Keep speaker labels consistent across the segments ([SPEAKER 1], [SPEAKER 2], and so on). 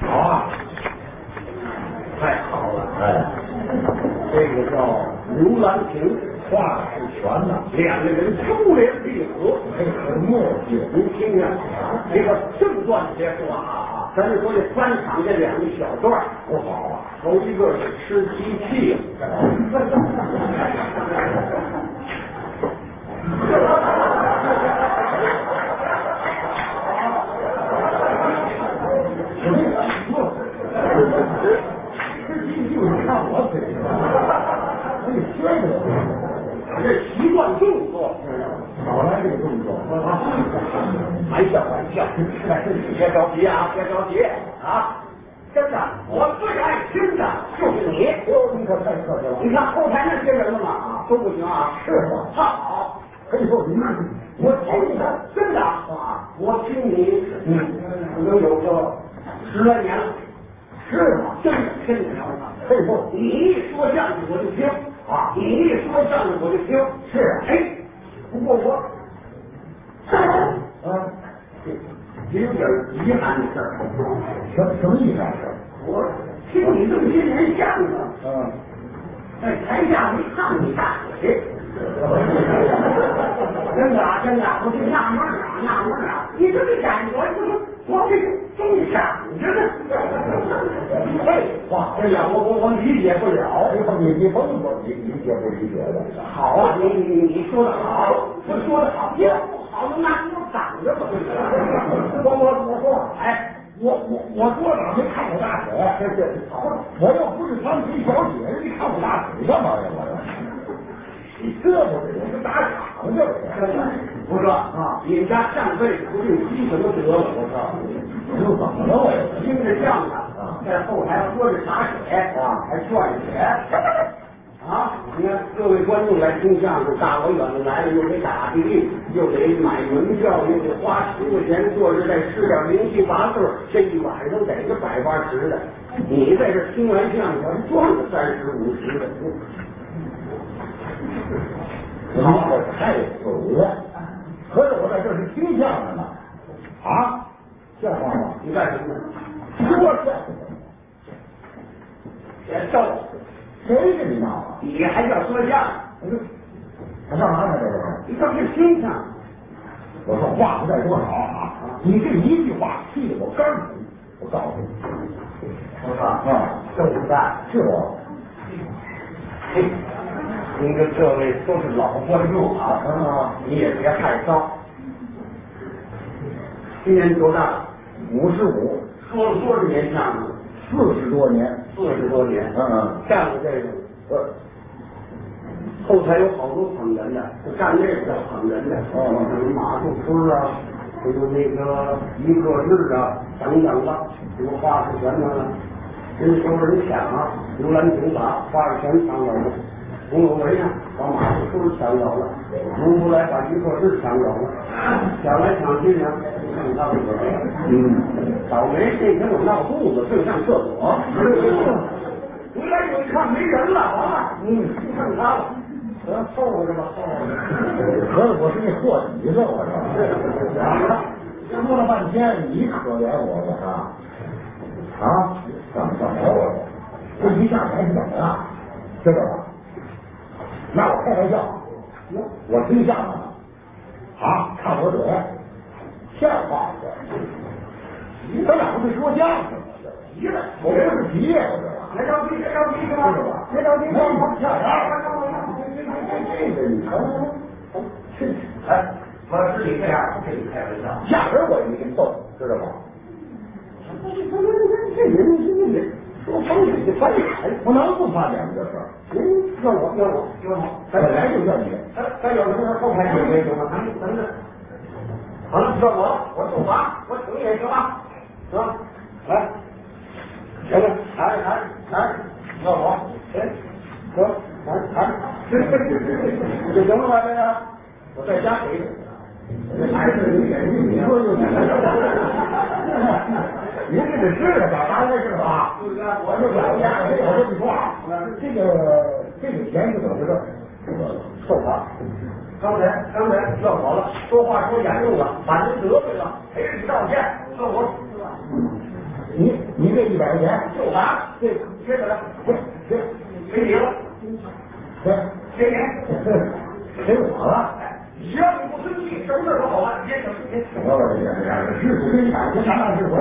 [SPEAKER 1] 啊哎牛兰亭、
[SPEAKER 2] 话是全呐，
[SPEAKER 1] 两个人珠联璧合。
[SPEAKER 2] 这很默契。
[SPEAKER 1] 您听着，啊这个正段结束啊，咱就说这翻场这两个小段儿
[SPEAKER 2] 不好啊！
[SPEAKER 1] 头一个是吃机器，
[SPEAKER 2] 什么什么？吃鸡就看我嘴上，哎，摔着我！
[SPEAKER 1] 这习惯动作，
[SPEAKER 2] 少来这个动作！
[SPEAKER 1] 玩笑玩笑，别着急啊，别着急啊！真的，我最爱听的就是你。
[SPEAKER 2] 哟，你可太客气了。
[SPEAKER 1] 你看后台那些人了吗？啊，都不行啊，
[SPEAKER 2] 是吗
[SPEAKER 1] 太好，
[SPEAKER 2] 跟你说，您
[SPEAKER 1] 我听你的，真的啊，我听你，嗯，可能有个十来年了，
[SPEAKER 2] 是吗？
[SPEAKER 1] 真的真的了解。
[SPEAKER 2] 可以说
[SPEAKER 1] 你一说相声我就听
[SPEAKER 2] 啊
[SPEAKER 1] 你一说相声我就听。
[SPEAKER 2] 是啊
[SPEAKER 1] 哎，不过我
[SPEAKER 2] 啊，
[SPEAKER 1] 也有点遗憾的事儿。
[SPEAKER 2] 什什么意思啊？
[SPEAKER 1] 我听你这么些年相声，
[SPEAKER 2] 嗯，
[SPEAKER 1] 在台下没看你大嘴。真的啊，真的啊，我就纳闷儿啊，纳闷儿啊，你这么感觉怎么光这个中赏着呢？废话，这呀，我我我理解不了
[SPEAKER 2] 哎。呦，你你甭说你理解不理解的，
[SPEAKER 1] 好啊，你你你说的好，我说的好，要不好能拿我挡着吗？
[SPEAKER 2] 我我我说，
[SPEAKER 1] 哎，
[SPEAKER 2] 我我我多少没看过大腿，这这好，我又不是穿皮小姐，你看我大腿干嘛呀？我说，你这不是我是打场子了？
[SPEAKER 1] 我说啊，你们家上辈子不是积什么德了？我说，
[SPEAKER 2] 又怎么了我又？
[SPEAKER 1] 听着相声，在后台喝着茶水啊，还转雪啊！你看各位观众来听相声，大老远的来了，又得打地力，又得买门票，又得花十块钱坐着，再吃点零七八碎，这一晚上得是百八十的。你在这听完相声，还赚了三十五十的。
[SPEAKER 2] 好，我太损了。合着我在这是听相声呢，啊，像话吗？
[SPEAKER 1] 你干什么呢？
[SPEAKER 2] 说相声，
[SPEAKER 1] 别逗！
[SPEAKER 2] 谁跟你闹啊？
[SPEAKER 1] 你还叫说相声？
[SPEAKER 2] 我说，我干嘛呢？这是？
[SPEAKER 1] 你倒是听相声。
[SPEAKER 2] 我说话不在多少啊，你这一句话气得我肝疼。我告诉你，
[SPEAKER 1] 我说
[SPEAKER 2] 啊，
[SPEAKER 1] 这么大，
[SPEAKER 2] 是我，
[SPEAKER 1] 嘿，您跟各位都是老观众啊，
[SPEAKER 2] 啊
[SPEAKER 1] 你也别害臊。今年多大了？
[SPEAKER 2] 五十五，
[SPEAKER 1] 说了多少年相声？
[SPEAKER 2] 四十多年，
[SPEAKER 1] 四十多年
[SPEAKER 2] 嗯，
[SPEAKER 1] 干过这个，
[SPEAKER 2] 呃，
[SPEAKER 1] 后台有好多捧哏的，就干这个的捧哏的，
[SPEAKER 2] 哦
[SPEAKER 1] 什么马树春啊，什么那个一个日啊等等吧，什么花式全呢，人说人想啊，刘兰亭把花式全抢走了，冯有为呢啊把马树春抢走了，龙福来把一个日抢走了，抢来抢去呢，就剩他们了。
[SPEAKER 2] 嗯，
[SPEAKER 1] 倒霉那天我闹肚子，正上厕所，回来我一看没人了，完了，嗯，就剩他了，我要凑合着吧，凑合着。
[SPEAKER 2] 合着我是那货底子，我说，
[SPEAKER 1] 怎么了？
[SPEAKER 2] 说了半天，你可怜我了啊？啊？怎么怎么了我？这一下台怎么了？知道吧？拿我开玩笑，我听相声呢啊，看我嘴，像话不？咱俩不是说相声吗？
[SPEAKER 1] 急了，
[SPEAKER 2] 我不是急呀，我这。
[SPEAKER 1] 别着急，别着急，
[SPEAKER 2] 知道吧？
[SPEAKER 1] 别着急，
[SPEAKER 2] 没你下台，
[SPEAKER 1] 着
[SPEAKER 2] 这个你成，这
[SPEAKER 1] 哎，我是你这样，跟你开玩笑。
[SPEAKER 2] 压根儿我就给你揍，知道吧？
[SPEAKER 1] 这人这人说风水就翻脸，
[SPEAKER 2] 不能不翻脸这事儿，
[SPEAKER 1] 您嗯要我要我要我，
[SPEAKER 2] 本来就叫你。
[SPEAKER 1] 咱咱有什么事后排解决行吗？咱咱这，好了，算我，我受罚，我请也行吧？行，来，行了，来来来，算我，行，行，来来，这行了吧？这个，我在家给你，
[SPEAKER 2] 还是你给你，你说就你，您这个是的，干嘛的是吧？
[SPEAKER 1] 就是
[SPEAKER 2] 我就老家伙，我跟你说啊，这个这个钱是怎么回事？受罚，
[SPEAKER 1] 刚才刚才算我了，说话说严重了，把您得罪了，赔礼道歉，算我，
[SPEAKER 2] 你你这一百块钱，
[SPEAKER 1] 就罚，
[SPEAKER 2] 这
[SPEAKER 1] 接着来，
[SPEAKER 2] 不是这
[SPEAKER 1] 赔礼了。
[SPEAKER 2] 对，
[SPEAKER 3] 给你，
[SPEAKER 2] 给我了。
[SPEAKER 3] 只要你不生气，什么事儿都好办。别生气，别生
[SPEAKER 2] 我说这个智慧跟感情啥大智慧？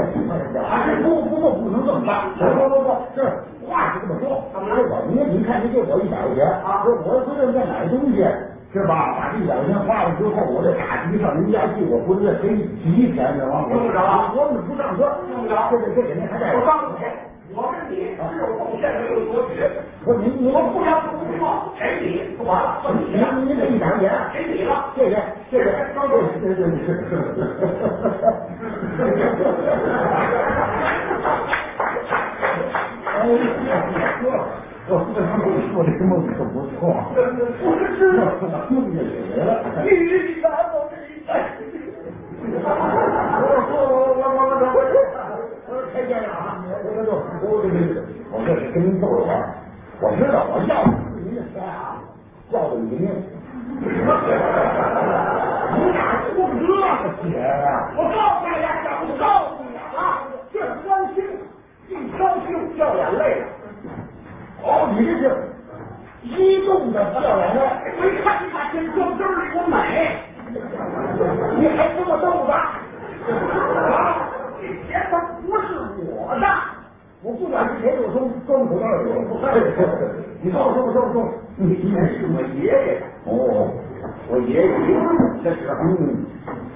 [SPEAKER 2] 啊，这不不不不能这么办。不不不，这话是这么说，他说我你你看你给我一百块钱，说我不论在买东西是吧？把这一百块钱花了之后，我这打的上人家去，我不是给几钱知道吗？我们不上车，这这这人家还
[SPEAKER 3] 气。
[SPEAKER 2] 带
[SPEAKER 3] 我告诉你，我跟你是有贡献没有夺取，
[SPEAKER 2] 我说您您
[SPEAKER 3] 我不要不说，给你就完了，算你
[SPEAKER 2] 您
[SPEAKER 3] 的，
[SPEAKER 2] 您这一百块钱，
[SPEAKER 3] 给你了。
[SPEAKER 2] 谢谢谢谢，对对对哎呀，我我这梦可不错，
[SPEAKER 3] 我这是
[SPEAKER 2] 梦见谁了？
[SPEAKER 3] 你这一百，我这一百。
[SPEAKER 2] 我我我我我我我我太见了啊！我我我我我这是跟您逗着玩儿，我知道我要的是您的钱啊，要的您。你咋哭这个节啊？
[SPEAKER 3] 我告诉大家，我告诉你啊，这伤心，一伤心掉眼泪了。
[SPEAKER 2] 哦，你这是激动的掉眼泪。
[SPEAKER 3] 没看你把钱装兜里，我买，你还这么逗吧？啊，这钱它不是我的，
[SPEAKER 2] 我不管是谁，我说装不装有， 你装装装装，你你
[SPEAKER 3] 是我爷爷的。
[SPEAKER 2] 哦，
[SPEAKER 1] 我爷爷这时候
[SPEAKER 2] 嗯，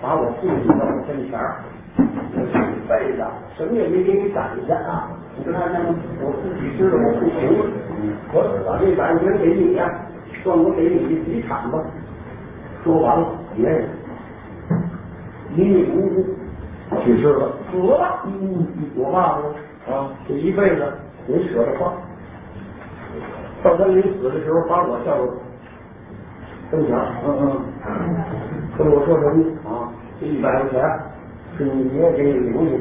[SPEAKER 1] 把我父亲到我跟前儿，我一辈子什么也没给你攒下啊！你看见吗？我自己知道我不行，
[SPEAKER 2] 嗯
[SPEAKER 1] 我把这百块钱给你呀、算我给你的遗产吧。说完了，爷爷一命呜呼
[SPEAKER 2] 去世了
[SPEAKER 1] 死了。嗯，我爸爸
[SPEAKER 2] 啊，
[SPEAKER 1] 这一辈子没舍得花，到他临死的时候把我叫到跟前儿，
[SPEAKER 2] 嗯嗯。
[SPEAKER 1] 跟我说什么啊？这一百块钱是你爷爷给你留的，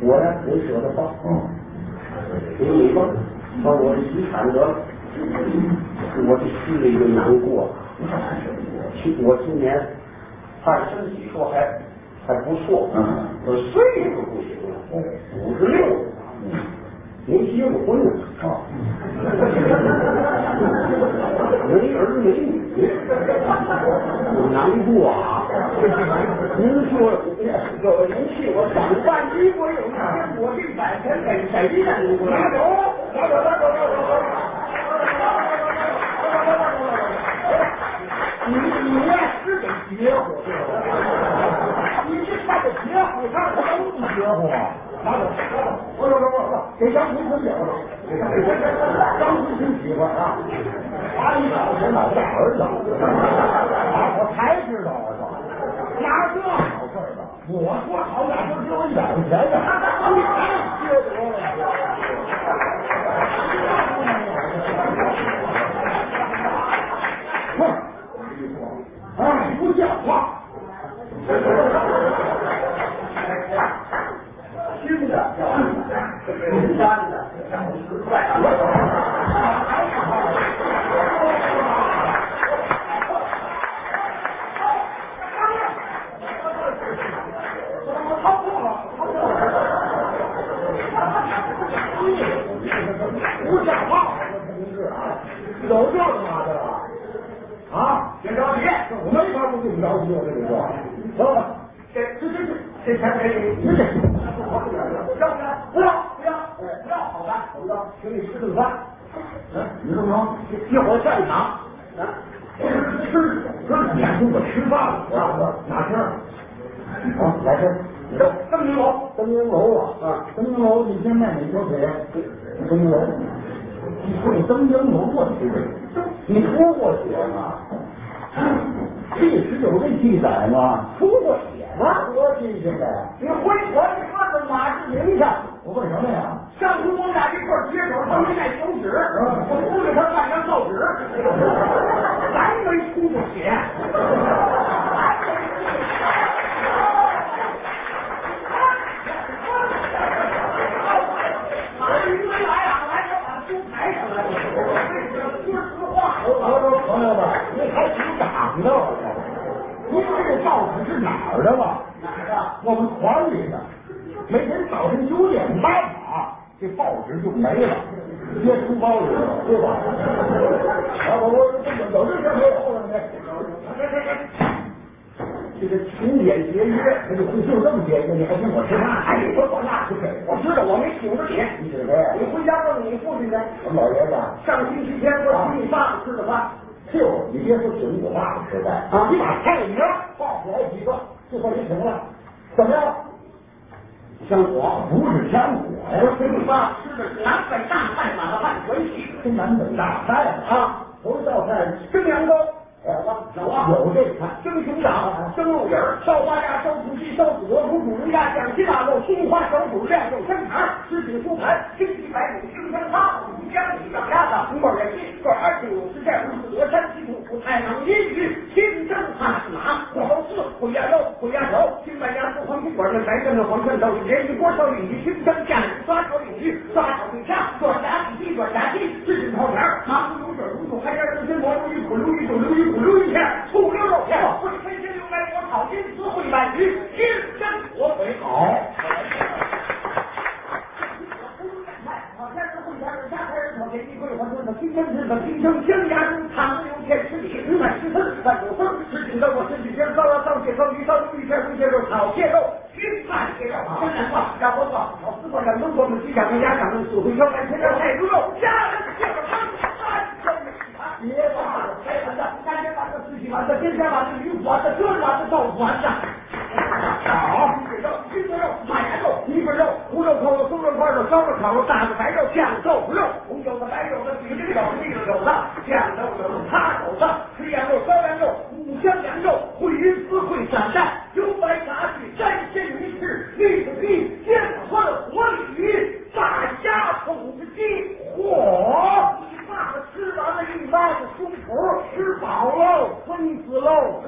[SPEAKER 1] 我呀没舍得花，
[SPEAKER 2] 嗯，
[SPEAKER 1] 给你吧，把我的遗产得了。我这心里就难过了。去我今年按身体说还还不错，
[SPEAKER 2] 嗯
[SPEAKER 1] 我岁数不行了，五十六，没结过婚呢，
[SPEAKER 2] 啊，
[SPEAKER 1] 没儿没女，我难过啊！您说，有您替我攒万一我有一天我这百天给谁呀？你
[SPEAKER 3] 拿走，拿走，拿走，拿走，拿走。
[SPEAKER 1] 你你呀是得结伙，
[SPEAKER 3] 你这他的别好看，我都不
[SPEAKER 2] 家伙，
[SPEAKER 3] 拿走，拿走。
[SPEAKER 2] 我我我我给张平坤领了，张平坤喜欢啊，他一老是老大儿子，我才知道我操，拿这好事儿的，我说好歹都只有一百块钱呢，你太缺德了。哼，哎，不像话！
[SPEAKER 1] 听着，干的，干的实在。
[SPEAKER 2] 不像话！我说同志啊，有这个嘛的了？啊，
[SPEAKER 3] 别着急，
[SPEAKER 2] 我没法不这么着急，我跟你说，啊，
[SPEAKER 3] 这这这这这钱给你，
[SPEAKER 2] 你这
[SPEAKER 3] 不要不要，不要不要，不要好吧？怎么着？
[SPEAKER 1] 请你吃顿饭，
[SPEAKER 2] 你怎么
[SPEAKER 1] 一会儿上场。啊，
[SPEAKER 2] 吃吃？这你还跟我吃饭了？我哪吃？啊，来吃。
[SPEAKER 1] 这么牛，
[SPEAKER 2] 东营楼啊，啊，东营楼，你先卖哪条腿？东营楼，你会东营楼过去的？你出过血吗？历史有这记载吗？出过血吗？多新鲜的！
[SPEAKER 3] 你回我你看看马志明去。
[SPEAKER 2] 我问什么呀？
[SPEAKER 3] 上回我们俩一块儿接手，他没带手纸，
[SPEAKER 2] 啊
[SPEAKER 3] 我估计他看张报纸，咱没出过血。
[SPEAKER 2] 我说朋友们，你还挺长的，我说。您这个报纸是哪儿的吧？哪儿的？我们团里的，每天早晨九点半啊，
[SPEAKER 4] 这报纸就没了，接出报纸了，对吧？啊，我我有这事没有了这个勤俭节约，那就就这么节约，你还请我吃饭？
[SPEAKER 2] 哎，你说放大
[SPEAKER 4] 不给
[SPEAKER 2] 我知道我没请着你，
[SPEAKER 4] 你指
[SPEAKER 2] 你
[SPEAKER 4] 挥，
[SPEAKER 2] 回家问问你父亲去。
[SPEAKER 4] 老爷子，
[SPEAKER 2] 上星期天我请你爸爸吃的饭，
[SPEAKER 4] 就你别说请我爸爸吃饭
[SPEAKER 2] 啊
[SPEAKER 4] 你把菜名报出来几个，就算你请了，怎么样？
[SPEAKER 5] 像我，
[SPEAKER 4] 不是像我
[SPEAKER 2] 我
[SPEAKER 4] 呀，
[SPEAKER 2] 请你爸吃的是南北大菜满了汉全席，
[SPEAKER 4] 跟南北大菜
[SPEAKER 2] 啊，
[SPEAKER 4] 头道菜
[SPEAKER 2] 蒸羊羔、
[SPEAKER 4] 有吧？
[SPEAKER 2] 有啊
[SPEAKER 4] 有这菜。啊
[SPEAKER 2] 蒸熊掌、蒸鹿尾儿、烧花鸭、烧土鸡、烧子鹅、卤煮驴鸭、酱鸡腊肉、松花小肚、晾肉香肠、吃饼酥盘、青皮白卤、清香汤、鱼香米酱鸭子、红爆眼鸡、罐二十五十寨五子鹅山鸡肚、五太郎腌鱼、清蒸汉子马、火猴子、火鸭腰、火鸭条、金板鸭子、黄金管子、白干的黄鳝头、连续锅烧鲤鱼、清蒸酱鱼、刷炒鲤鱼、刷炒对虾、转炸里脊、转炸鸡、制品泡面、麻糊油水、卤煮开烟、驴心蘑、驴骨、驴肚、驴骨、驴片、醋溜肉片、会飞身牛白果炒金丝烩鳗鱼、金针火腿
[SPEAKER 4] 好，
[SPEAKER 2] 好像是会员，家开人口联谊会，我说的今天是的今天江家中产自由天十里，五百十分，万九分，十几个我十几天烧鸭烧蟹烧鱼烧鱼片红蟹肉炒蟹肉，云菜蟹肉，真难做，让我做，我四川广东我们西厂家长们组会烧来天热菜猪肉，家人蟹肉汤，三鲜的喜茶，别把开门的，干煎丸子、四喜丸子、煎虾丸子、鱼丸子、这丸子、豆腐丸子。好，水肉、鸡腿肉、马牙肉、鱼粉肉、胡肉、扣肉、松肉、块肉、烧肉、烤肉、大的白肉、酱豆腐肉、红肘子、白肘子、饼子肘子、栗子肘子、酱豆腐肉、叉肘子、吃羊肉、烧羊肉、五香羊肉、烩云丝、烩散蛋、油白炸去、沾鲜鱼翅、栗子皮、煎蒜活鲤鱼、大鸭筒子鸡。嚯！你爸爸吃完了一包子胸脯，吃饱喽，分死喽。